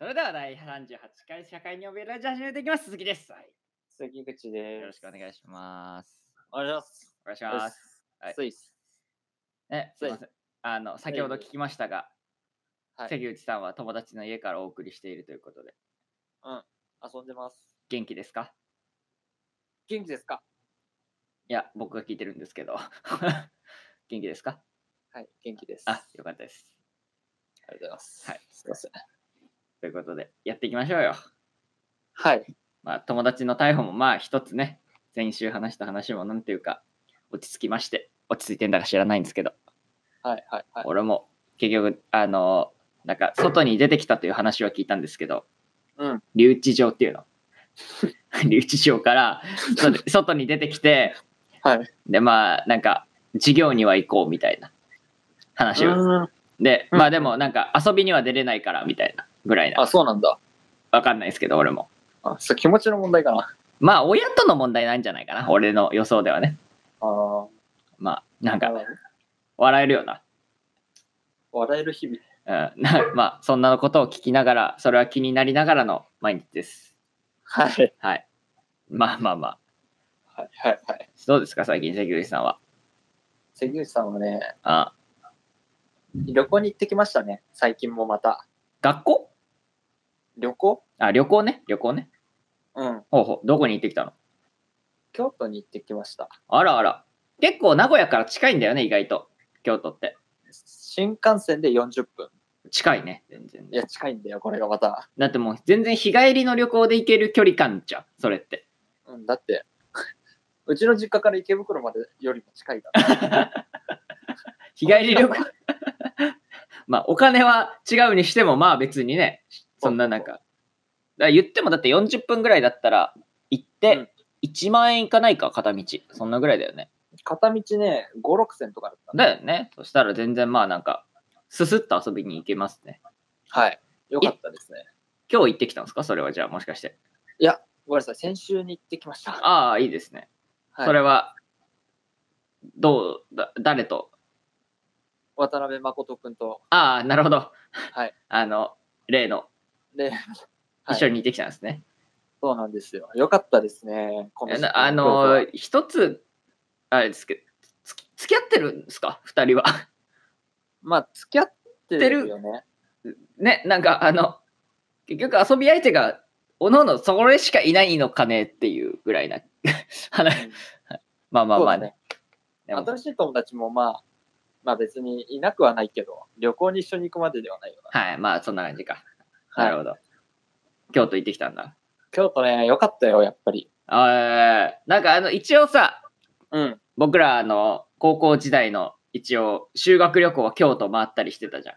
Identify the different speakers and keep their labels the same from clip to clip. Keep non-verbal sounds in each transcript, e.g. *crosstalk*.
Speaker 1: れでは第38回社会におびえラジオ始めていきます。鈴木です。はい、
Speaker 2: 関口です。
Speaker 1: よろしくお願いし
Speaker 2: す。
Speaker 1: ます。
Speaker 2: お願いします。
Speaker 1: お願いします。はい
Speaker 2: スイス。
Speaker 1: え、すいません。あの、先ほど聞きましたが、
Speaker 2: はい
Speaker 1: 関口さんは友達の家からお送りしているということで、
Speaker 2: 遊んでます。
Speaker 1: 元気ですか
Speaker 2: 元気ですか
Speaker 1: いや、僕が聞いてるんですけど、 *laughs* 元気ですか
Speaker 2: はい、元気です。
Speaker 1: あ、よかったです。
Speaker 2: ありがとうございます。
Speaker 1: はい。
Speaker 2: すいません。
Speaker 1: ということで、やっていきましょうよ。
Speaker 2: はい。
Speaker 1: まあ、友達の逮捕もまあ一つね、先週話した話もなんていうか、落ち着きまして、落ち着いてんだか知らないんですけど、
Speaker 2: はい、はい、はい。
Speaker 1: 俺も結局、あの、なんか外に出てきたという話は聞いたんですけど、
Speaker 2: うん。
Speaker 1: 留置場っていう
Speaker 2: *laughs*
Speaker 1: の。留置場から外外に出てきて、
Speaker 2: はい。
Speaker 1: で、まあなんか授業には行こうみたいな話を。
Speaker 2: うん
Speaker 1: で、
Speaker 2: うん
Speaker 1: まあでもなんか遊びには出れないからみたいなぐらいな。
Speaker 2: あ、そうなんだ。
Speaker 1: わかんないですけど、俺も。
Speaker 2: あ、そう、気持ちの問題かな。
Speaker 1: まあ親との問題なんじゃないかな、俺の予想ではね。
Speaker 2: あー
Speaker 1: まあなんか
Speaker 2: なる
Speaker 1: 笑えるような。
Speaker 2: ほど笑える日々。
Speaker 1: うん、なまあそんなことを聞きながら、それは気になりながらの毎日です。
Speaker 2: はい。
Speaker 1: はい。まあまあまあ。
Speaker 2: はい、はい、はい。
Speaker 1: どうですか、最近、関口さんは。
Speaker 2: 関口さんはね、
Speaker 1: あ
Speaker 2: 旅行に行ってきましたね。最近もまた。
Speaker 1: 学校
Speaker 2: 旅行
Speaker 1: あ、旅行ね。旅行ね。
Speaker 2: うん。
Speaker 1: ほうほう。どこに行ってきたの
Speaker 2: 京都に行ってきました。
Speaker 1: あらあら。結構名古屋から近いんだよね、意外と。京都って。
Speaker 2: 新幹線で40分。
Speaker 1: 近いね、全然
Speaker 2: い。や、近いんだよ、これがまた。
Speaker 1: だってもう、全然日帰りの旅行で行ける距離感じゃん、それって。
Speaker 2: うん、だって、 *laughs* うちの実家から池袋までよりも近いから。
Speaker 1: 日帰り旅行。 *laughs* まあ、お金は違うにしても、まあ別にね、そんななんか。だから言っても、だって40分ぐらいだったら、行っ
Speaker 2: う
Speaker 1: て
Speaker 2: ん、
Speaker 1: 1万円いかないか、片道。そんなぐらいだよね。
Speaker 2: 片道ね、5、6線とかだったんで
Speaker 1: だよね。そしたら全然まあなんか、すすっと遊びに行けますね。
Speaker 2: はい。よかったですね。
Speaker 1: 今日行ってきたんですかそれはじゃあもしかして。
Speaker 2: ごめんなさい、先週に行ってきました。
Speaker 1: ああ、いいですね。
Speaker 2: はい、
Speaker 1: それは、どう、だ誰と。
Speaker 2: 渡辺誠君と、
Speaker 1: ああ、なるほど。
Speaker 2: はい。
Speaker 1: *laughs* あの、例の、 *laughs*
Speaker 2: で、はい
Speaker 1: 一緒に行ってきたんですね。
Speaker 2: そうなんですよ。よかったですね。こ
Speaker 1: え
Speaker 2: 時期
Speaker 1: なあのー、一つ、あれですけど、つき付き合ってるんですか二人は。 *laughs*
Speaker 2: まあ、付き合ってるよね。
Speaker 1: ね、なんかあの、結局遊び相手が、おのおのそれしかいないのかねっていうぐらいな *laughs* 話。まあまあまあね。でも
Speaker 2: 新しい友達もまあ、まあ別にいなくはないけど、旅行に一緒に行くまでではないよな。
Speaker 1: はい、まあそんな感じか。
Speaker 2: はい
Speaker 1: なるほど。京都行ってきたんだ。
Speaker 2: 京都ね、よかったよ、やっぱり。
Speaker 1: あーなんかあの一応さ、
Speaker 2: うん。
Speaker 1: 僕らあの高校時代の一応修学旅行は京都回ったりしてたじゃん。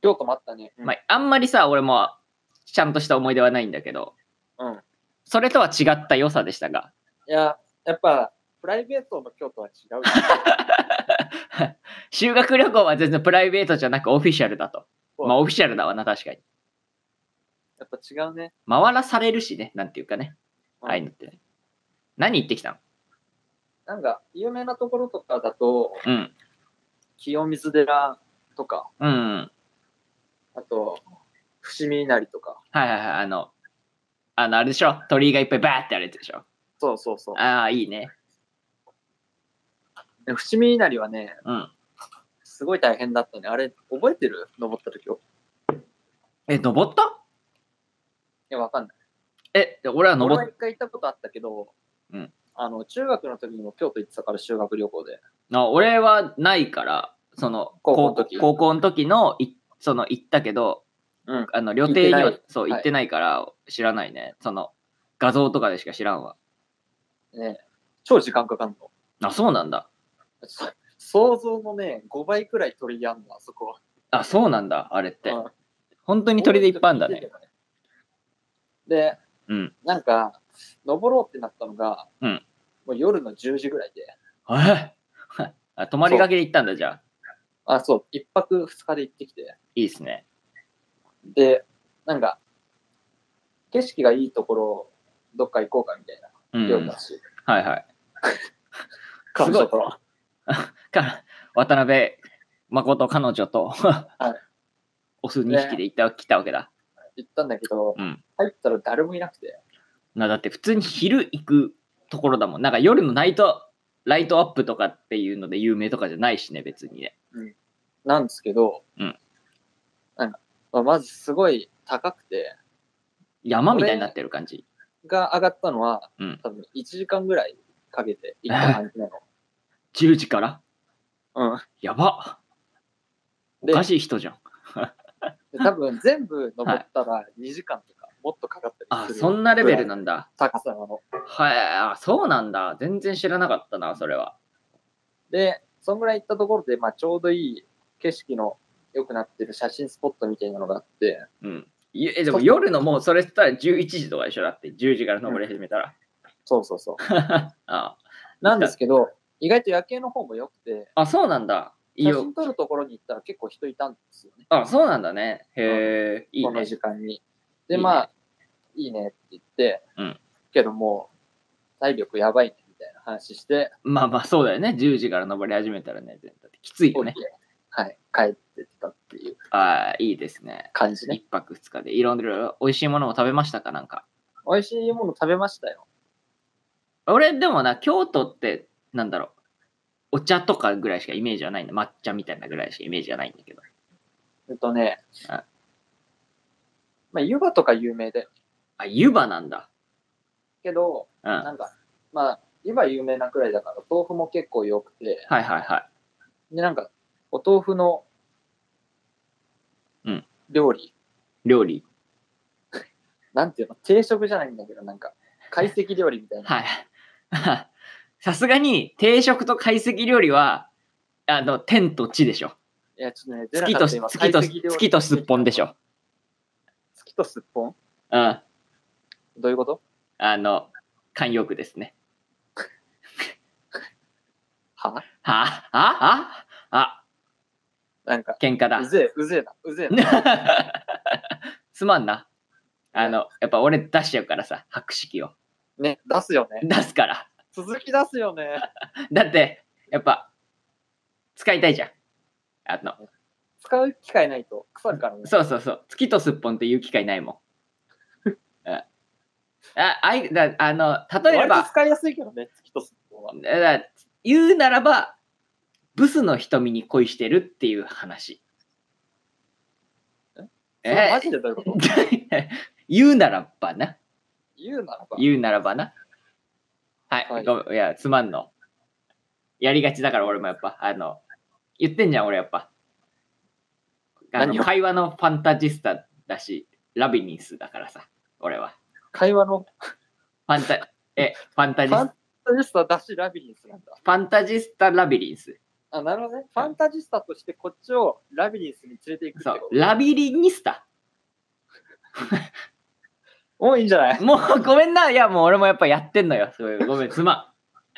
Speaker 2: 京都もあったね。うん
Speaker 1: まあ、あんまりさ、俺もちゃんとした思い出はないんだけど、
Speaker 2: うん。い
Speaker 1: それとは違った良さでしたが。
Speaker 2: や、やっぱ、プライベートの京都は違うよね。 *laughs*
Speaker 1: 修学旅行は全然プライベートじゃなくオフィシャルだと。まあオフィシャルだわな、確かに。
Speaker 2: やっぱ違うね。
Speaker 1: 回らされるしね、なんていうかね。
Speaker 2: うん
Speaker 1: ああいうのってね。何行ってきたの
Speaker 2: なんか、有名なところとかだと、
Speaker 1: うん。
Speaker 2: 清水寺とか、
Speaker 1: うん。
Speaker 2: あと、伏見稲荷とか。
Speaker 1: はいはいはい、あの、あの、あれでしょ鳥居がいっぱいバーってあるやつでしょ
Speaker 2: そうそうそう。
Speaker 1: ああ、いいね。
Speaker 2: で伏見稲荷はね、
Speaker 1: うん。
Speaker 2: すごい大変だったね。あれ、覚えてる登った時を。い
Speaker 1: え、登った
Speaker 2: や、わかんない。
Speaker 1: え、俺は
Speaker 2: 俺
Speaker 1: 登
Speaker 2: は
Speaker 1: っ
Speaker 2: 一回行ったことあったけど、
Speaker 1: うん
Speaker 2: あの、中学の時にも京都行ってたから、修学旅行で。
Speaker 1: あ俺はないから、その、
Speaker 2: 高校の時
Speaker 1: 高校の時の、いその、行ったけど、
Speaker 2: うん
Speaker 1: あの、旅程に
Speaker 2: 行っ
Speaker 1: は
Speaker 2: てな、
Speaker 1: そう、
Speaker 2: はい
Speaker 1: 行ってないから、知らないね。その、画像とかでしか知らんわ。
Speaker 2: ね、超時間かかんの。 *laughs*
Speaker 1: あ、そうなんだ。
Speaker 2: そ想像のね、5倍くらい鳥やんの、あそこは。
Speaker 1: あ、そうなんだ、あれって。
Speaker 2: うん
Speaker 1: 本当に鳥でいっぱいあんだね。。
Speaker 2: で、
Speaker 1: うん。
Speaker 2: なんか、登ろうってなったのが、
Speaker 1: うん
Speaker 2: もう夜の10時ぐらいで、
Speaker 1: え *laughs* あ泊まりがけで行ったんだ、じゃあ。
Speaker 2: あ、そう、一泊二日で行ってきて、
Speaker 1: いいっすね。
Speaker 2: で、なんか、景色がいいところ、どっか行こうかみたいな、
Speaker 1: うん。
Speaker 2: 夜だし、
Speaker 1: はいはい。
Speaker 2: 彼女と、
Speaker 1: か渡辺誠彼女と、
Speaker 2: い
Speaker 1: オス2匹で行った、来たわけだ。
Speaker 2: 行ったんだけど、
Speaker 1: うん
Speaker 2: 入ったら誰もいなくて、
Speaker 1: なだって普通に昼行くところだもん。なんか夜のナイト、ライトアップとかっていうので有名とかじゃないしね、別にね。
Speaker 2: なんですけど、
Speaker 1: うん
Speaker 2: なんかまあまずすごい高くて、
Speaker 1: 山みたいになってる感じ。
Speaker 2: が上がったのは、
Speaker 1: うん
Speaker 2: 多分1時間ぐらいかけて行った感じ
Speaker 1: *laughs*
Speaker 2: な
Speaker 1: 10時から
Speaker 2: の。うん
Speaker 1: やばお
Speaker 2: で
Speaker 1: かしい人じゃん。
Speaker 2: で多分全部登ったら2時間とかもっとかかった
Speaker 1: あ
Speaker 2: り、する、
Speaker 1: そんなレベルなんだ。
Speaker 2: 高さなの。
Speaker 1: はい、あそうなんだ。全然知らなかったな、それは。
Speaker 2: で、そんぐらい行ったところで、まあ、ちょうどいい景色の良くなってる写真スポットみたいなのがあって、
Speaker 1: うん。いえ、でも夜のもうそれしたら11時とかでしょだって10時から登り始めたら。
Speaker 2: そうそうそう。
Speaker 1: *laughs* ああ
Speaker 2: なんですけど、意外と夜景の方も良くて、
Speaker 1: あ、そうなんだ。いい
Speaker 2: 写
Speaker 1: よ
Speaker 2: 真。撮るところに行ったら結構人いたんですよね、
Speaker 1: あ、そうなんだね。へえ、いい
Speaker 2: この
Speaker 1: ね。
Speaker 2: 時間に。
Speaker 1: いい
Speaker 2: で、
Speaker 1: ね
Speaker 2: まあ、いいねって言って、
Speaker 1: うん
Speaker 2: けどもう、体力やばいねみたいな話して、
Speaker 1: まあまあそうだよね。10時から登り始めたらね、絶対きついよね。
Speaker 2: 降りてはい、帰ってったっていう
Speaker 1: ああ、いいですね。
Speaker 2: 感じね。
Speaker 1: 一泊二日でいろいろ美味しいものも食べましたかなんか。
Speaker 2: 美味しいもの食べましたよ。
Speaker 1: 俺、でもな、京都って、なんだろう。お茶とかぐらいしかイメージはないんだ。抹茶みたいなぐらいしかイメージはないんだけど。
Speaker 2: えっとね
Speaker 1: あ、
Speaker 2: まあ、湯葉とか有名だよ。
Speaker 1: あ、湯葉なんだ。
Speaker 2: けど、
Speaker 1: うん。は
Speaker 2: なんか、まあ、湯葉有名なくらいだから、豆腐も結構良くて
Speaker 1: い、はいはい。
Speaker 2: で、なんか、お豆腐の
Speaker 1: うん
Speaker 2: 料理、
Speaker 1: 料理。
Speaker 2: なんていうの、定食じゃないんだけど、なんか、懐石料理みたいな。
Speaker 1: はい。 *laughs* さすがに定食と懐石料理は、あの、天と地でしょ。
Speaker 2: いや、ちょっとね、出な
Speaker 1: 月
Speaker 2: か
Speaker 1: と
Speaker 2: った今
Speaker 1: 月と
Speaker 2: 懐石料理
Speaker 1: 月とすっぽんでしょ。
Speaker 2: 月とすっぽん
Speaker 1: うん。
Speaker 2: どういうこと
Speaker 1: あの、慣用句ですね。
Speaker 2: は
Speaker 1: はあ、あ、あ、
Speaker 2: なんか
Speaker 1: あ、、喧嘩だ *laughs*
Speaker 2: う。ぜえ、うぜえな、うぜえな。
Speaker 1: すまんな。あの、やっぱ俺出しちゃうからさ、白色を。
Speaker 2: ね、出すよね。
Speaker 1: 出すから。
Speaker 2: 続き出すよね。
Speaker 1: だって、やっぱ、使いたいじゃん。あの、
Speaker 2: 使う機会ないと腐るからね。
Speaker 1: そうそうそう。月とすっぽんっていう機会ないもん。うんあ、あい、だ、あの、例えれ
Speaker 2: 割と
Speaker 1: ば、
Speaker 2: 使いやすいけどね、月とすっぽんは。
Speaker 1: だ言うならば、ブスの瞳に恋してるっていう話。
Speaker 2: それマジでどういうこと
Speaker 1: *laughs* 言うならばな。
Speaker 2: 言うならば。
Speaker 1: 言うならばな。はい、
Speaker 2: はい
Speaker 1: ごめんいや、つまんの。やりがちだから俺もやっぱ、あの、言ってんじゃん、俺やっぱ。あの
Speaker 2: 何を
Speaker 1: 会話のファンタジスタだし、ラビニンスだからさ、俺は。
Speaker 2: 会話の
Speaker 1: ファンタ、え、ファンタジ
Speaker 2: ファ
Speaker 1: ス
Speaker 2: ンタジスタだしラビリンスなんだ。
Speaker 1: ファンタジスタラビリンス。
Speaker 2: あ、なるほどね。ファンタジスタとしてこっちをラビリンスに連れていくって
Speaker 1: そ
Speaker 2: こ
Speaker 1: う、ラビリニスタ。
Speaker 2: と。もういいんじゃない
Speaker 1: もうごめんな。いや、もう俺もやっぱやってんのよ。そういうごめん、すま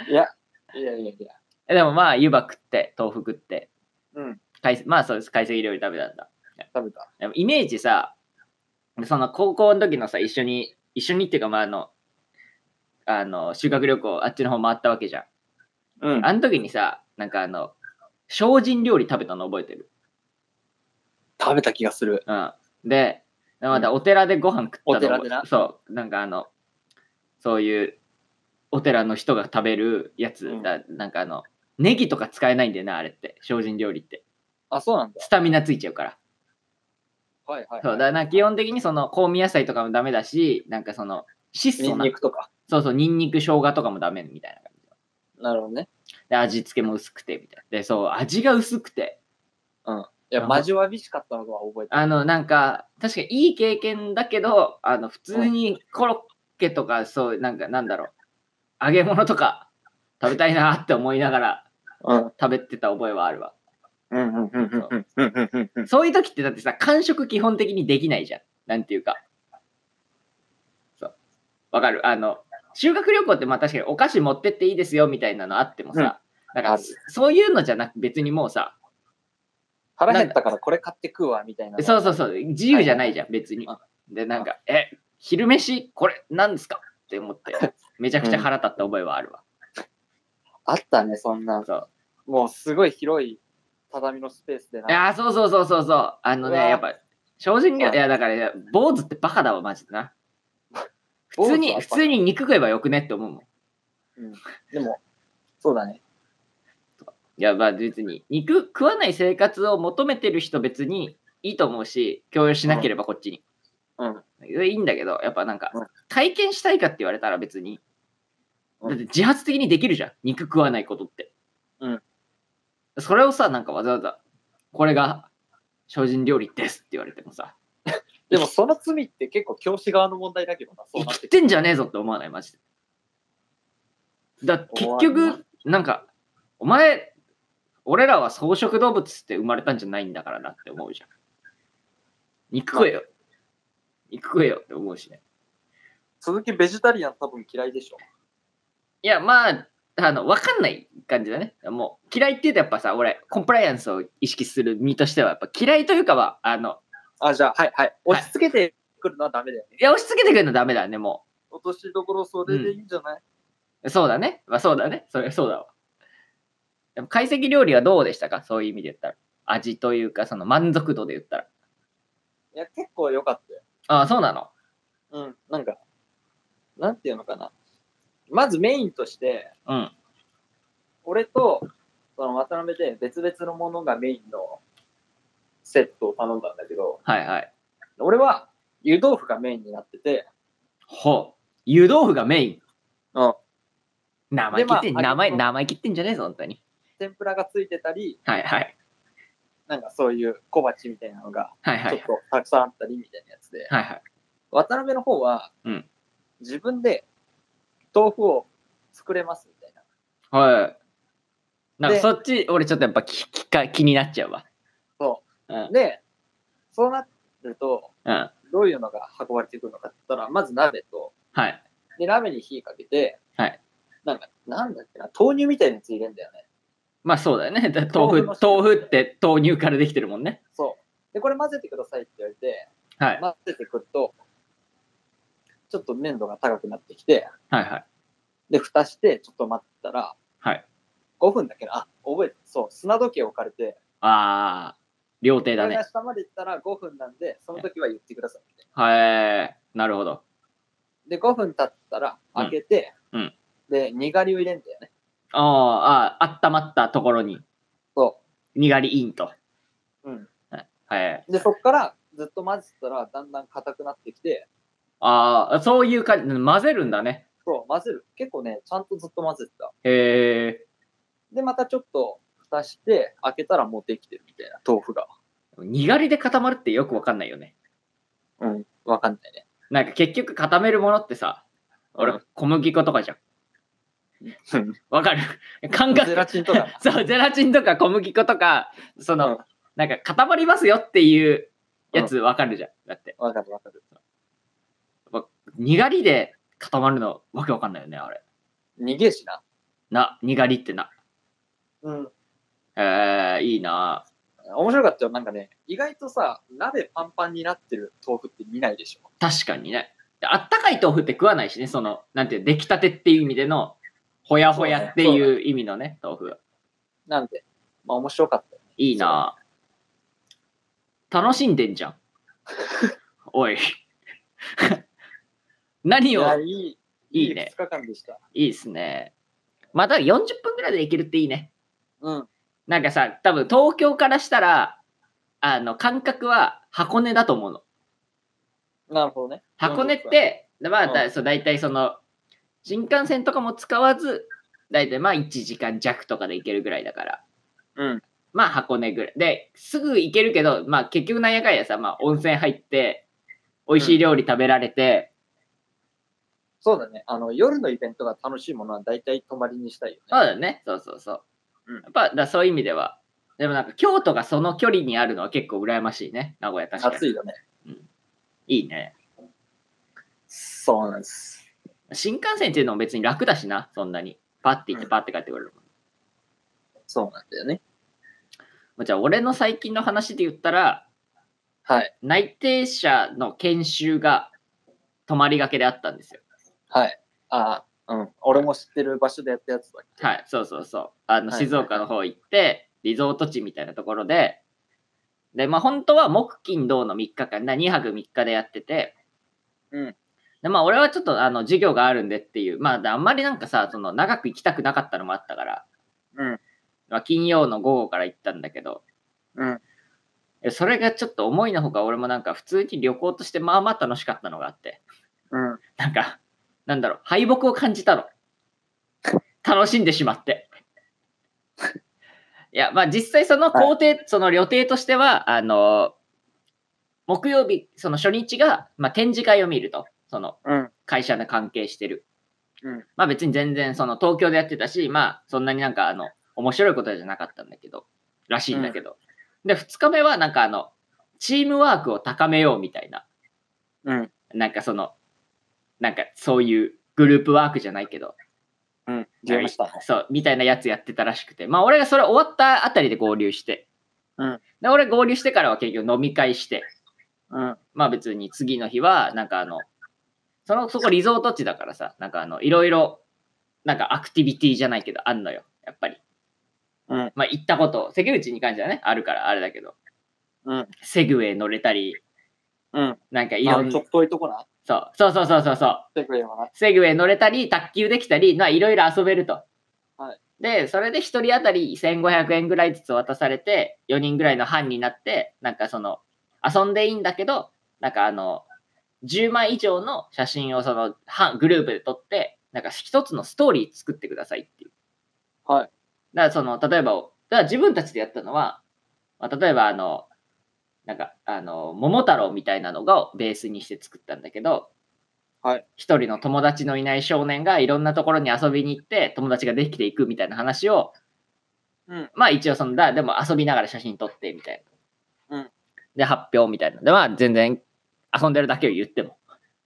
Speaker 2: いや、いやいやいや。
Speaker 1: ん。えでもまあ、湯葉食って、豆腐食って、
Speaker 2: うん、
Speaker 1: 海鮮まあそうです、解析料理食べたんだ。
Speaker 2: 食べた。
Speaker 1: でもイメージさ、その高校の時のさ、一緒に、一緒にっていうか、まああの、あの、修学旅行、あっちの方回ったわけじゃん。
Speaker 2: うん。
Speaker 1: あの時にさ、なんかあの、精進料理食べたの覚えてる。
Speaker 2: 食べた気がする。
Speaker 1: うん。で、またお寺でご飯食ったの
Speaker 2: お寺でな
Speaker 1: そう、なんかあの、そういう、お寺の人が食べるやつ、
Speaker 2: うん
Speaker 1: だなんかあの、ネギとか使えないんだよな、あれって、精進料理って。
Speaker 2: あ、そうなんだ。
Speaker 1: スタミナついちゃうから。
Speaker 2: はいはい、
Speaker 1: そう
Speaker 2: は
Speaker 1: だからなんか基本的にその香味野菜とかもダメだし、なんかその質
Speaker 2: い。ニ
Speaker 1: 素
Speaker 2: ン
Speaker 1: な
Speaker 2: ニ、クとか。
Speaker 1: そうそう、ニンニク、生姜とかもダメみたいな感じ
Speaker 2: なるほどね。
Speaker 1: で、味付けも薄くてみたいな。で、そう、味が薄くて、
Speaker 2: いや、マジわびしかったのは覚えてる。
Speaker 1: あの、なんか、確かにいい経験だけど、あの、普通にコロッケとか、そう、なんか、なんだろう、揚げ物とか食べたいなって思いながら
Speaker 2: うん。
Speaker 1: 食べてた覚えはあるわ。
Speaker 2: うんうんうんうんうんうんうんうんうん。
Speaker 1: そういう時ってだってさ、完食基本的にできないじゃん。なんていうか。そう。わかるあの、修学旅行ってまあ確かにお菓子持ってっていいですよみたいなのあってもさ、だか
Speaker 2: あ
Speaker 1: ら
Speaker 2: る
Speaker 1: そういうのじゃなく別にもうさ、
Speaker 2: 腹減ったからこれ買って食うわ、みたいな。
Speaker 1: そうそうそう、自由じゃないじゃん、別に
Speaker 2: あ。
Speaker 1: で、なんか、え、昼飯これ何ですかって思
Speaker 2: *laughs*
Speaker 1: って、めちゃくちゃ腹立った覚えはあるわ。
Speaker 2: あったね、そんな。
Speaker 1: そう。
Speaker 2: もうすごい広い畳のスペースでな。
Speaker 1: ああ、そうそうそうそうそう。あのね、
Speaker 2: うわ
Speaker 1: やっぱ、精進料
Speaker 2: あ
Speaker 1: 理、いやだからいや、坊主ってバカだわ、マジでな。普
Speaker 2: 坊主
Speaker 1: 通
Speaker 2: は
Speaker 1: に、
Speaker 2: バカ
Speaker 1: 普通に肉食えばよくねって思うもん。い
Speaker 2: でも、そうだね。
Speaker 1: や、まあ別に、肉食わない生活を求めてる人別にいいと思うし、共有しなければこっちに。
Speaker 2: うん。
Speaker 1: いいんだけど、やっぱなんか
Speaker 2: うん、
Speaker 1: 体験したいかって言われたら別に。
Speaker 2: う
Speaker 1: だ
Speaker 2: ん
Speaker 1: って自発的にできるじゃん。肉食わないことって。
Speaker 2: うん。
Speaker 1: それをさ、なんかわざわざ、これが精進料理ですって言われてもさ、
Speaker 2: でも、その罪って結構教師側の問題だけどな、そうなっ
Speaker 1: 生
Speaker 2: て
Speaker 1: き
Speaker 2: く
Speaker 1: て
Speaker 2: る
Speaker 1: んじゃねえぞって思わない、マジで。だ結
Speaker 2: 思わ
Speaker 1: 局、なんか、お前、俺らは草食動物って生まれたんじゃないんだからなって思うじゃん。肉食えよ。肉食えよって思うしね。
Speaker 2: 鈴木ベジタリアン多分嫌いでしょ。
Speaker 1: いや、まあ、あの、わかんない感じだね。もう、嫌いって言うとやっぱさ、俺、コンプライアンスを意識する身としては、やっぱ嫌いというかは、あの、
Speaker 2: あ、じゃあ、はいはい。押し付けてくるのはダメだよね。
Speaker 1: いや、押し付けてくるのダメだね、も
Speaker 2: 落としどころそれでいいんじゃない、
Speaker 1: う。そうだね。まあ、そうだね。それ、そうだわ。でも、懐石料理はどうでしたかそういう意味で言ったら。味というか、その満足度で言ったら。
Speaker 2: いや、結構良かったよ。
Speaker 1: ああ、そうなの。
Speaker 2: うん。なんか、なんていうのかな。まずメインとして、
Speaker 1: うん。
Speaker 2: 俺とその渡辺で別々のものがメインのセットを頼んだんだけど、
Speaker 1: はいはい。
Speaker 2: 俺は湯豆腐がメインになってて、
Speaker 1: ほう。湯豆腐がメイン。
Speaker 2: うん。
Speaker 1: 生意気って、
Speaker 2: でまあ
Speaker 1: 生意
Speaker 2: あの
Speaker 1: 生意気ってんじゃねえぞ、本当に。
Speaker 2: 天ぷらがついてたり、
Speaker 1: はいはい。
Speaker 2: なんかそういう小鉢みたいなのが
Speaker 1: はいは
Speaker 2: ちょ
Speaker 1: い
Speaker 2: っ。とたくさんあったりみたいなやつで、
Speaker 1: はいはい。
Speaker 2: 渡辺の方は、
Speaker 1: うん
Speaker 2: 自分で豆腐を作れますみたいな。
Speaker 1: はい。なんか
Speaker 2: で
Speaker 1: そっち、俺ちょっとやっぱききか気になっちゃうわ。。
Speaker 2: そう
Speaker 1: うん。
Speaker 2: で、そうなると、
Speaker 1: うん。
Speaker 2: どういうのが運ばれてくるのかって言ったら、まず鍋と、
Speaker 1: はい。
Speaker 2: で、鍋に火かけて、
Speaker 1: はい
Speaker 2: なんか、なんだっけな、豆乳みたいなやつ入れんだよね。
Speaker 1: まあそうだよね。だ豆
Speaker 2: 豆腐
Speaker 1: 腐
Speaker 2: の、
Speaker 1: 豆腐って豆乳からできてるもんね。
Speaker 2: そう。で、これ混ぜてくださいって言われて、
Speaker 1: はい。
Speaker 2: 混ぜてくると、ちょっと粘度が高くなってきて、
Speaker 1: はいはい。
Speaker 2: で、蓋して、ちょっと待ったら、
Speaker 1: はい。
Speaker 2: 5分だけど、あ、覚えて、そう、砂時計置かれて、
Speaker 1: ああ、料亭
Speaker 2: こ
Speaker 1: だ
Speaker 2: れ
Speaker 1: ね
Speaker 2: が。下まで行ったら5分なんで、その時は言ってくださいみたい
Speaker 1: はい。なるほど。
Speaker 2: な。で、5分経ったら開けて、
Speaker 1: うんうん
Speaker 2: で、にがりを入れんだよね。
Speaker 1: ああ、ああ、温まったところに、
Speaker 2: そ
Speaker 1: にがりインと。
Speaker 2: う。うん。
Speaker 1: はい。
Speaker 2: で、そっからずっと混ぜてたら、だんだん硬くなってきて、
Speaker 1: ああ、そういう感じ、混ぜるんだね。
Speaker 2: そう、混ぜる。結構ね、ちゃんとずっと混ぜてた。
Speaker 1: へえ。
Speaker 2: で、またちょっと蓋して、開けたらもうできてるみたいな、豆腐が。
Speaker 1: にがりで固まるってよくわかんないよね。
Speaker 2: うん、わかんないね。
Speaker 1: なんか結局固めるものってさ、俺、小麦粉とかじゃん。
Speaker 2: うん
Speaker 1: わかる感覚
Speaker 2: ゼラチンと
Speaker 1: *laughs*
Speaker 2: か。
Speaker 1: そう、ゼラチンとか小麦粉とか、その、
Speaker 2: うん
Speaker 1: なんか固まりますよっていうやつわかるじゃん。だって、
Speaker 2: わかるわかる。
Speaker 1: にがりで固まるのわけわかんないよね、あれ。
Speaker 2: 逃げえしな。
Speaker 1: な、にがりってな。
Speaker 2: うん。
Speaker 1: えー、いいな
Speaker 2: 面白かったよ。なんかね、意外とさ、鍋パンパンになってる豆腐って見ないでしょ。
Speaker 1: 確かにね。であったかい豆腐って食わないしね、その、なんていうの、出来たてっていう意味での、ほやほやって
Speaker 2: そうだねそ
Speaker 1: いう意味のね、豆腐は。
Speaker 2: なんで、まあ面白かったよ。
Speaker 1: いいな楽しんでんじゃん。 *laughs* おい。 *laughs* 何を
Speaker 2: いや、いい、
Speaker 1: いいね
Speaker 2: 2日間でした。
Speaker 1: いいっすね。まあ、多分40分ぐらいで行けるっていいね。
Speaker 2: うん。
Speaker 1: なんかさ、多分東京からしたら、あの、感覚は箱根だと思うの。
Speaker 2: なるほどね。
Speaker 1: 箱根って、まあ、
Speaker 2: うん
Speaker 1: だそう大体その、新幹線とかも使わず、大体まあ1時間弱とかで行けるぐらいだから、
Speaker 2: うん。
Speaker 1: まあ箱根ぐらい。で、すぐ行けるけど、まあ結局なんやかんやさ、まあ温泉入って、美味しい料理食べられて、
Speaker 2: そうだね。あの、夜のイベントが楽しいものは大体泊まりにしたいよ
Speaker 1: そう
Speaker 2: ね。
Speaker 1: だよね。そうそうそう。
Speaker 2: うん
Speaker 1: やっぱ、だそういう意味では。でもなんか京都がその距離にあるのは結構羨ましいね。名古屋確かに。
Speaker 2: 暑いよね。
Speaker 1: いいね。
Speaker 2: そうなんです。
Speaker 1: 新幹線っていうのも別に楽だしな、そんなに。パッて行って
Speaker 2: うん
Speaker 1: パッて帰ってくれるもん。
Speaker 2: そうなんだよね。
Speaker 1: まあじゃあ俺の最近の話で言ったら、
Speaker 2: はい。
Speaker 1: 内定者の研修が泊まりがけであったんですよ。
Speaker 2: はい。ああ、うん。俺も知ってる場所でやったやつだっけ
Speaker 1: はい、そうそうそう。あの、
Speaker 2: はい
Speaker 1: 静岡の方行って、リゾート地みたいなところで、で、まあ本当は木金土の3日間、な2泊3日でやってて、
Speaker 2: うん。
Speaker 1: でまあ俺はちょっとあの授業があるんでっていう、まあであんまりなんかさ、その長く行きたくなかったのもあったから、
Speaker 2: うん。
Speaker 1: まあ金曜の午後から行ったんだけど、
Speaker 2: うん。
Speaker 1: えそれがちょっと思いのほか俺もなんか普通に旅行としてまあまあ楽しかったのがあって、
Speaker 2: うん。
Speaker 1: なんか、なんだろう、敗北を感じたの。楽しんでしまって。いや、まあ実際その工程、その旅程としては、あの、木曜日、その初日が、まあ、展示会を見ると、その
Speaker 2: うん。
Speaker 1: 会社の関係してる。
Speaker 2: うん
Speaker 1: まあ別に全然その東京でやってたし、まあそんなになんかあの、面白いことじゃなかったんだけど、らしいんだけど。で、2日目はなんかあの、チームワークを高めようみたいな。
Speaker 2: うん。
Speaker 1: なんかその、なんかそういうグループワークじゃないけど、
Speaker 2: うん。ゲームしたの。
Speaker 1: そう、みたいなやつやってたらしくて、まあ俺がそれ終わったあたりで合流して、
Speaker 2: うん
Speaker 1: で俺合流してからは結局飲み会して、
Speaker 2: うん。
Speaker 1: まあ別に次の日は、なんかあの、そのそこリゾート地だからさ、なんかあの、いろいろ、なんかアクティビティじゃないけど、あんのよ、やっぱり。
Speaker 2: うん。
Speaker 1: まあ行ったこと、関口に関してはね、あるからあれだけど、
Speaker 2: うん。
Speaker 1: セグウェイ乗れたり、
Speaker 2: うん。
Speaker 1: なんかい
Speaker 2: いや、
Speaker 1: ろ
Speaker 2: ち
Speaker 1: んな
Speaker 2: ょっ、と遠いとこな。
Speaker 1: そうそうそうそうそうそう。
Speaker 2: 来てくれよな。
Speaker 1: セグウェイ乗れたり、卓球できたり、まあ、いろいろ遊べると。
Speaker 2: はい
Speaker 1: で、それで1人当たり1500円ぐらいずつ渡されて、4人ぐらいの班になって、なんかその、遊んでいいんだけど、なんかあの、10枚以上の写真をその班、グループで撮って、なんか一つのストーリー作ってくださいっていう。
Speaker 2: はい。
Speaker 1: だからその、例えば、だから自分たちでやったのは、まあ、例えばあの、なんか、あの、桃太郎みたいなのがベースにして作ったんだけど、一人の友達のいない少年がいろんなところに遊びに行って友達ができていくみたいな話を
Speaker 2: うん。
Speaker 1: まあ一応そのだでも遊びながら写真撮ってみたいな、
Speaker 2: うん
Speaker 1: で発表みたいなでまあ全然遊んでるだけを言っても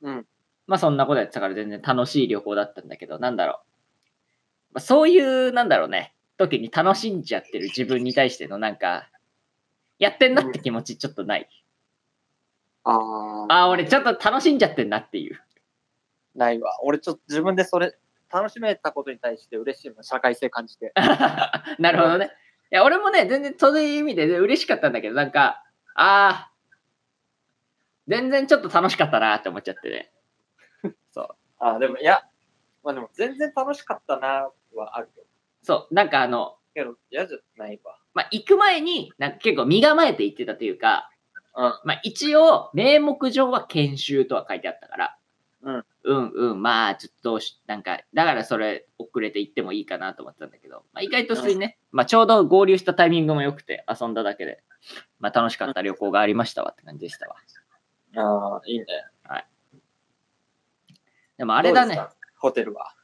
Speaker 2: うん。
Speaker 1: まあそんなことやってたから全然楽しい旅行だったんだけどなんだろう、まあ、そういうなんだろうね時に楽しんじゃってる自分に対してのなんかやってんなって気持ちちょっとない、
Speaker 2: ああ。
Speaker 1: ああ俺ちょっと楽しんじゃってんなっていう
Speaker 2: ないわ。俺ちょっと自分でそれ、楽しめたことに対して嬉しいもん。社会性感じて。
Speaker 1: *laughs* なるほどね。いや、俺もね、全然そういう意味で、ね、嬉しかったんだけど、なんか、ああ、全然ちょっと楽しかったなって思っちゃってね。
Speaker 2: ああ、でも、いや、まあでも、全然楽しかったなはあるよ。
Speaker 1: そう、なんかあの、
Speaker 2: けど、嫌じゃないわ。
Speaker 1: まあ、行く前に、なんか結構身構えて行ってたというか、
Speaker 2: うん
Speaker 1: まあ、一応、名目上は研修とは書いてあったから、
Speaker 2: うん、
Speaker 1: うん、うん、まあ、ちょっとどうし、なんか、だからそれ遅れて行ってもいいかなと思ってたんだけど、まあ、意外と普通にね、まあ、ちょうど合流したタイミングも良くて、遊んだだけで、まあ、楽しかった旅行がありましたわって感じでしたわ。
Speaker 2: ああ、いいね。
Speaker 1: でも
Speaker 2: あ
Speaker 1: あれだね。。
Speaker 2: ホテルは。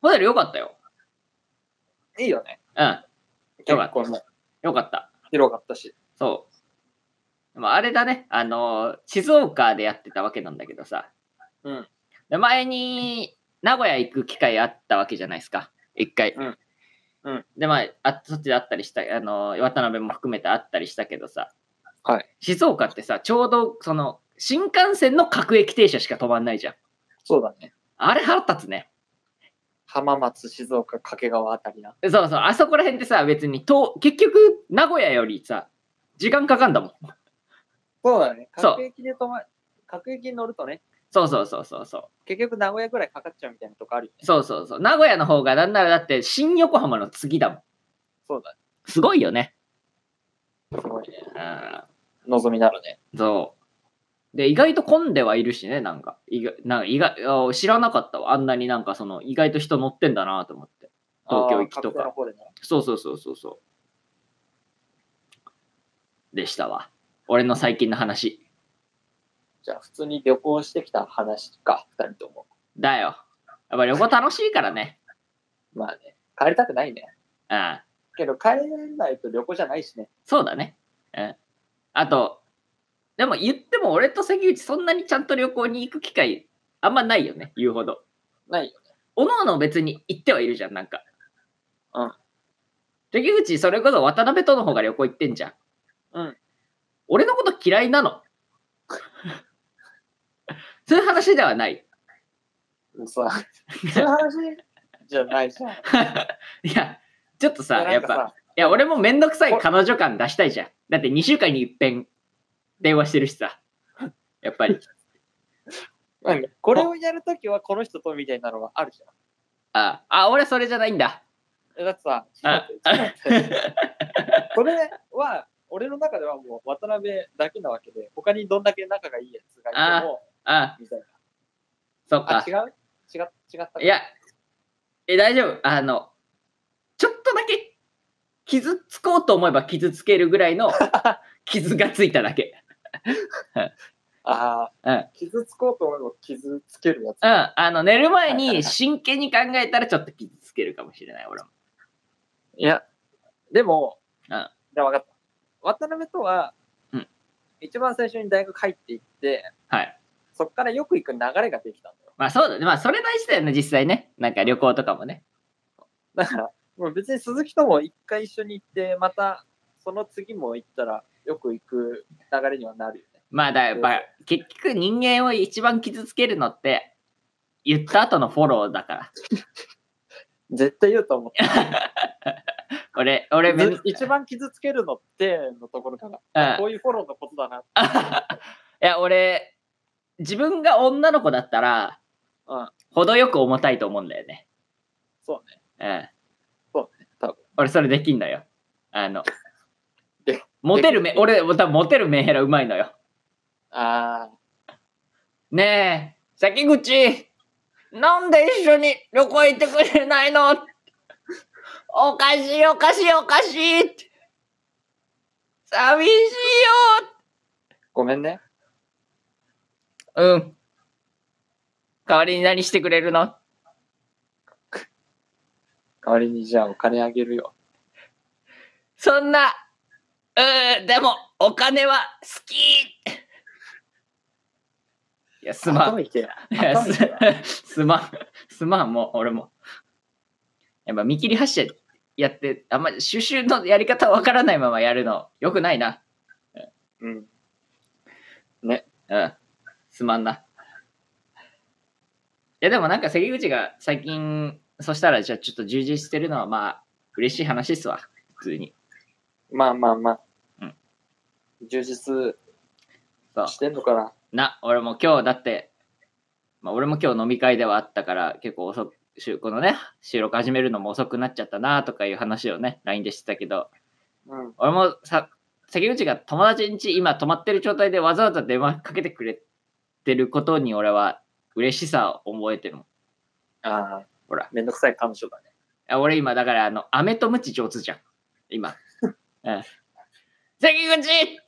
Speaker 1: ホテル良かったよ。
Speaker 2: いいよね。
Speaker 1: うん。
Speaker 2: 結
Speaker 1: よかった
Speaker 2: 構ね
Speaker 1: 良かった。
Speaker 2: 広かったし。
Speaker 1: そう。でもあれだね。あのー、静岡でやってたわけなんだけどさ。
Speaker 2: うん。
Speaker 1: で前に、名古屋行く機会あったわけじゃないですか。一回。
Speaker 2: うんうん
Speaker 1: で、まあ、あそっちであったりした、あのー、渡辺も含めてあったりしたけどさ。
Speaker 2: はい。
Speaker 1: 静岡ってさ、ちょうど、その、新幹線の各駅停車しか止まんないじゃん。
Speaker 2: そうだね。
Speaker 1: あれ腹立つね。
Speaker 2: 浜松、静岡、掛川あたりな。
Speaker 1: そうそう、あそこら辺ってさ、別に遠、結局、名古屋よりさ、時間かかんだもん。
Speaker 2: そうだね。
Speaker 1: そう
Speaker 2: 各駅で止ま、各駅に乗るとね、
Speaker 1: そうそうそうそうそう。
Speaker 2: 結局名古屋ぐらいかかっちゃうみたいなとこあるよね。
Speaker 1: そうそうそう。名古屋の方がなんならだって新横浜の次だもん。
Speaker 2: そうだね。
Speaker 1: すごいよね。
Speaker 2: すごいね。
Speaker 1: うん。
Speaker 2: 望みならね。
Speaker 1: そう。で、意外と混んではいるしね、なんか。意外なんか意外あー知らなかったわ。あんなになんかその、意外と人乗ってんだなと思って。東京行き
Speaker 2: あ
Speaker 1: と
Speaker 2: ー各地の
Speaker 1: か。
Speaker 2: 方でね。
Speaker 1: そうそうそうそうそう。でしたわ。俺の最近の話。
Speaker 2: じゃあ、普通に旅行してきた話か、二人とも。
Speaker 1: だよ。やっぱ旅行楽しいからね。
Speaker 2: まあね、帰りたくないね。
Speaker 1: うん。
Speaker 2: けど、帰れないと旅行じゃないしね。
Speaker 1: そうだね。うん。あと、でも言っても俺と関口そんなにちゃんと旅行に行く機会あんまないよね、言うほど。
Speaker 2: ないよね。
Speaker 1: おのおの別に行ってはいるじゃん、なんか。
Speaker 2: うん。
Speaker 1: 関口、それこそ渡辺との方が旅行行ってんじゃん。
Speaker 2: うん。
Speaker 1: 俺のこと嫌いな
Speaker 2: *laughs*
Speaker 1: の。そういう話ではない。 *laughs*
Speaker 2: うんさ、そういう話じゃないじゃん。
Speaker 1: いや、ちょっとさ、
Speaker 2: い
Speaker 1: やっ
Speaker 2: なんか
Speaker 1: ぱ、
Speaker 2: さ
Speaker 1: いや、俺もめんどくさい彼女感出したいじゃん。だって2週間に一遍電話してるしさ。やっぱり。
Speaker 2: なんかこれをやるときはこの人とみたいなのはあるじ
Speaker 1: ああ、俺それじゃないんだ。
Speaker 2: ゃん。えだってさ、ちょっ
Speaker 1: あ
Speaker 2: と待ってちょっと待ってそれは、俺の中ではもう渡辺だけなわけで、他にどんだけ仲がいいやつがいても、
Speaker 1: あ、
Speaker 2: みたいな。
Speaker 1: そっ
Speaker 2: あ
Speaker 1: か、
Speaker 2: 違。う違う違ったか
Speaker 1: いや、え、大丈夫。あの、ちょっとだけ傷つこうと思えば傷つけるぐらい
Speaker 2: *laughs*
Speaker 1: の傷がついただけ。
Speaker 2: ああ、
Speaker 1: うん
Speaker 2: 傷つこうと思えば傷つけるやつ。
Speaker 1: うん。あの、寝る前
Speaker 2: はいはいは
Speaker 1: に
Speaker 2: い
Speaker 1: 真剣に考えたらちょっと傷つけるかもしれない、俺も。
Speaker 2: いや、でも、
Speaker 1: うん
Speaker 2: じゃあ分かった。渡辺とは、
Speaker 1: うん
Speaker 2: 一番最初に大学入っていって、
Speaker 1: はい。
Speaker 2: そこからよく行く流れができたんだよ。
Speaker 1: まあそうだね。まあそれ大事だよね、実際ね。なんか旅行とかもね。
Speaker 2: *laughs* だから、もう別に鈴木とも一回一緒に行って、またその次も行ったら、よく行く流れにはなるよね。
Speaker 1: まあだ、やっぱ結局人間を一番傷つけるのって、言った後のフォローだから。
Speaker 2: 絶対言うと思って。
Speaker 1: 俺、俺めん、う
Speaker 2: ず一番傷つけるのってのところから、
Speaker 1: ん
Speaker 2: こ。ういうフォローのことだな。
Speaker 1: いや、俺、自分が女の子だったら、
Speaker 2: うん
Speaker 1: 程よく重たいと思うんだよね。
Speaker 2: そうね。
Speaker 1: うん。
Speaker 2: そうね多分
Speaker 1: 俺、それできんのよ。あの
Speaker 2: で、
Speaker 1: モテるめ、俺、多分モテるメンヘラうまいのよ。
Speaker 2: ああ、
Speaker 1: ねえ、先口、なんで一緒に旅行行ってくれないのおかしいおかしいおかしいって寂しいよ
Speaker 2: ごめんね。
Speaker 1: うん。代わりに何してくれるの
Speaker 2: 代わりにじゃあお金あげるよ。
Speaker 1: そんな、うーでも、お金は好きいや、すまん。
Speaker 2: 頭
Speaker 1: い
Speaker 2: いけよ
Speaker 1: や
Speaker 2: 頭い
Speaker 1: す
Speaker 2: けよ
Speaker 1: *laughs* すまん。すまん、もう、俺も。やっぱ見切り発車やって、あんま収集のやり方わからないままやるの、よくないな。
Speaker 2: うん。
Speaker 1: うん。すまんな。いや、でもなんか関口が最近、そしたらじゃあちょっと充実してるのは、まあ、嬉しい話っすわ。普通に。
Speaker 2: まあまあまあ。
Speaker 1: うん
Speaker 2: 充実
Speaker 1: そう。
Speaker 2: してんのかな。
Speaker 1: な、俺も今日だって、まあ、俺も今日飲み会ではあったから、結構遅く、収このね、収録始めるのも遅くなっちゃったなとかいう話をね、LINE でしてたけど、
Speaker 2: うん。
Speaker 1: 俺もさ、関口が友達ん家今泊まってる状態でわざわざ電話かけてくれてることに俺は嬉しさを覚えてるもん。い
Speaker 2: ああ、
Speaker 1: ほら。
Speaker 2: めんどくさい彼女だね。
Speaker 1: や俺今だからあの、飴とムチ上手じゃん。今。 *laughs* うん。関口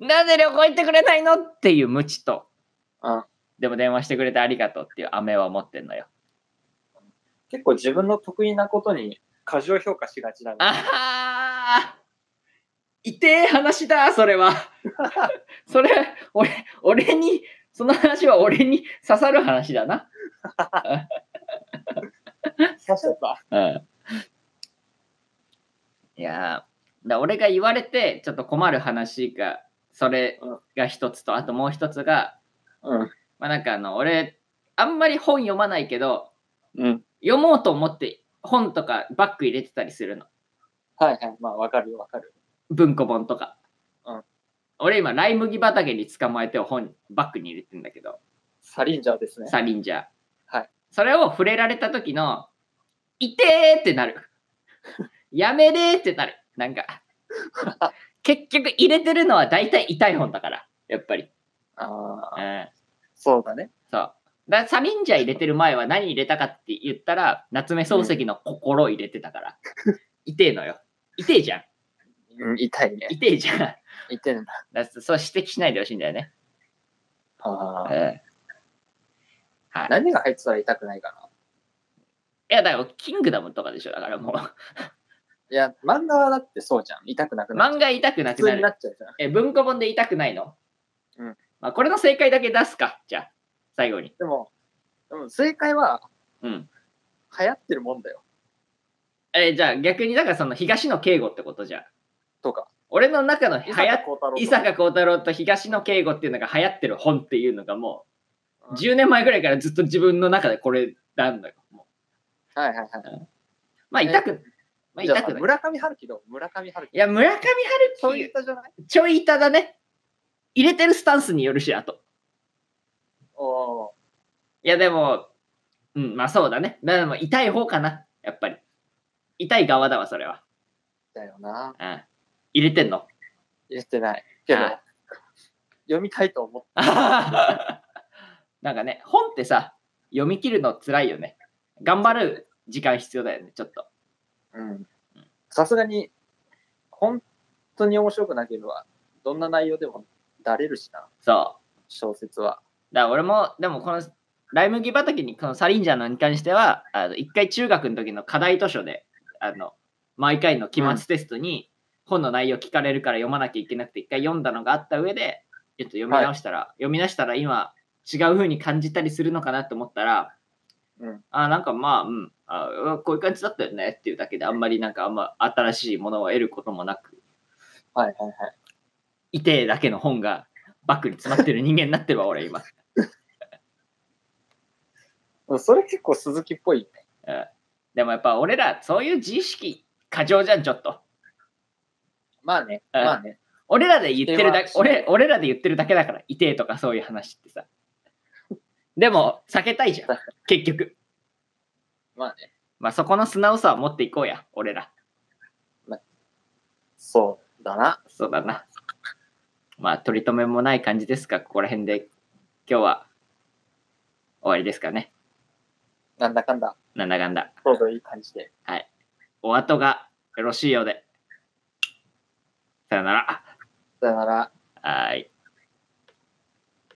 Speaker 1: なぜ旅行行ってくれないのっていうムチと、
Speaker 2: うん。
Speaker 1: でも電話してくれてありがとうっていう飴は持ってんのよ。
Speaker 2: 結構自分の得意なことに過剰評価しがちだね。
Speaker 1: ああ痛え話だ、それ
Speaker 2: *laughs*
Speaker 1: は。それ、俺、俺に、その話は俺に刺さる話だな。
Speaker 2: 刺さった。
Speaker 1: うん。いやーだ俺が言われて、ちょっと困る話が、それが一つと、あともう一つが、
Speaker 2: うん。
Speaker 1: まあなんかあの、俺、あんまり本読まないけど、
Speaker 2: うん。
Speaker 1: 読もうと思って本とかバッグ入れてたりするの。
Speaker 2: はいはい。まあわかるよわかる。
Speaker 1: 文庫本とか。
Speaker 2: うん
Speaker 1: 俺今、ライ麦畑に捕まえてを本、バッグに入れてんだけど、
Speaker 2: サリンジャーですね。
Speaker 1: サリンジャー。
Speaker 2: はい。
Speaker 1: それを触れられた時の、いてーってなる。 *laughs* やめれーってなる。なん
Speaker 2: *laughs*
Speaker 1: か、結局入れてるのは大体痛い本だから、やっぱり。
Speaker 2: あ
Speaker 1: う
Speaker 2: あ、
Speaker 1: ん。
Speaker 2: そうだね。
Speaker 1: そう。だサリンジャー入れてる前は何入れたかって言ったら、夏目漱石の心を入れてた
Speaker 2: *laughs*
Speaker 1: から。痛えのよ。痛えじゃん。
Speaker 2: うん、痛いね。
Speaker 1: 痛えじゃん。だ
Speaker 2: 痛いんだ。
Speaker 1: からそう指摘しないでほしいんだよね。
Speaker 2: ああ。
Speaker 1: ええはい。い
Speaker 2: 何が入ってたら痛くないかな。
Speaker 1: や、だから、キングダムとかでしょ、だからもう。
Speaker 2: いや、漫画はだってそうじゃん。痛くなくなっちゃ
Speaker 1: 漫画痛く
Speaker 2: う。
Speaker 1: な
Speaker 2: 普
Speaker 1: くな
Speaker 2: 通にな
Speaker 1: る。
Speaker 2: っちゃうじゃん。
Speaker 1: え、文庫本で痛くないの
Speaker 2: うん。
Speaker 1: まあ、これの正解だけ出すか、じゃあ、最後に。
Speaker 2: でも、でも正解は
Speaker 1: うん。
Speaker 2: 流行ってるもんだよ。
Speaker 1: え、じゃあ、逆に、だから、その、東野敬吾ってことじゃん。
Speaker 2: とか。
Speaker 1: 俺の中の流行っ
Speaker 2: 幸太郎
Speaker 1: 伊
Speaker 2: とか
Speaker 1: 坂幸太郎と東野敬吾っていうのが流行ってる本っていうのがも
Speaker 2: う
Speaker 1: う、
Speaker 2: ん
Speaker 1: 10年前ぐらいからずっと自分の中でこれなんだよ。も
Speaker 2: はいはいはい。
Speaker 1: うまあ、痛く、まあ、
Speaker 2: じゃ
Speaker 1: 痛
Speaker 2: あ
Speaker 1: く
Speaker 2: さ
Speaker 1: ない。
Speaker 2: 村上春樹の村上春樹。
Speaker 1: いや、村上
Speaker 2: そうい
Speaker 1: 春
Speaker 2: ったじゃない
Speaker 1: 樹、ちょい痛だね。入れてるスタンスによるし、あと。
Speaker 2: おー
Speaker 1: いや、でも、うん、まあそうだね。まあでも、痛い方かな、やっぱり。痛い側だわ、それは。
Speaker 2: だよな。
Speaker 1: うん。入れてんの。 *laughs*
Speaker 2: 言ってない。けど
Speaker 1: はい、
Speaker 2: 読みたいと思っ
Speaker 1: なんかね、本ってさ、読み切るの辛いよね。頑張る時間必要だよね、ちょっと。
Speaker 2: た。うん。さすがに、本当に面白くなければ、どんな内容でもだれるしな、
Speaker 1: そう。
Speaker 2: 小説は。
Speaker 1: だから俺も、でもこの、ライ麦畑に、このサリンジャーのに関しては、あの一回中学の時の課題図書で、あの、毎回の期末テストに本の内容聞かれるから読まなきゃいけなくて、一回読んだのがあった上で、ちょっと読み直したら、読み出したら今、違う風に感じたりするのかなと思ったら、
Speaker 2: うん。
Speaker 1: あなんかまあ、うんあ、うんこういう感じだったよねっていうだけで、あんまりなんかあんま新しいものを得ることもなく、
Speaker 2: はいはいはい。
Speaker 1: いてえだけの本がバッグに詰まってる人間になってるわ、俺今。
Speaker 2: うんそれ結構鈴木っぽいね。
Speaker 1: でもやっぱ俺ら、そういう自意識過剰じゃん、ちょっと。
Speaker 2: まあね、
Speaker 1: うん
Speaker 2: まあね。
Speaker 1: 俺らで言ってるだけ、
Speaker 2: 否定はしない
Speaker 1: 俺俺らで言ってるだけだから、痛えとかそういう話ってさ。でも、避けたいじゃん、結局。
Speaker 2: まあね。
Speaker 1: まあそこの素直さは持っていこうや、俺ら。
Speaker 2: そうだな。
Speaker 1: そうだな。まあ、取り留めもない感じですか、ここら辺で、今日は終わりですかね、
Speaker 2: なんだかんだ、
Speaker 1: なんだかんだ。
Speaker 2: ちょうどいい感じで。
Speaker 1: お後がよろしいようで。さよなら。
Speaker 2: さよなら。
Speaker 1: はーい。